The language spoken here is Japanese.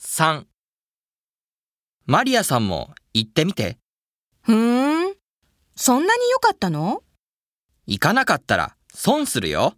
3マリアさんも行ってみて。ふーん。そんなに良かったの行かなかったら損するよ。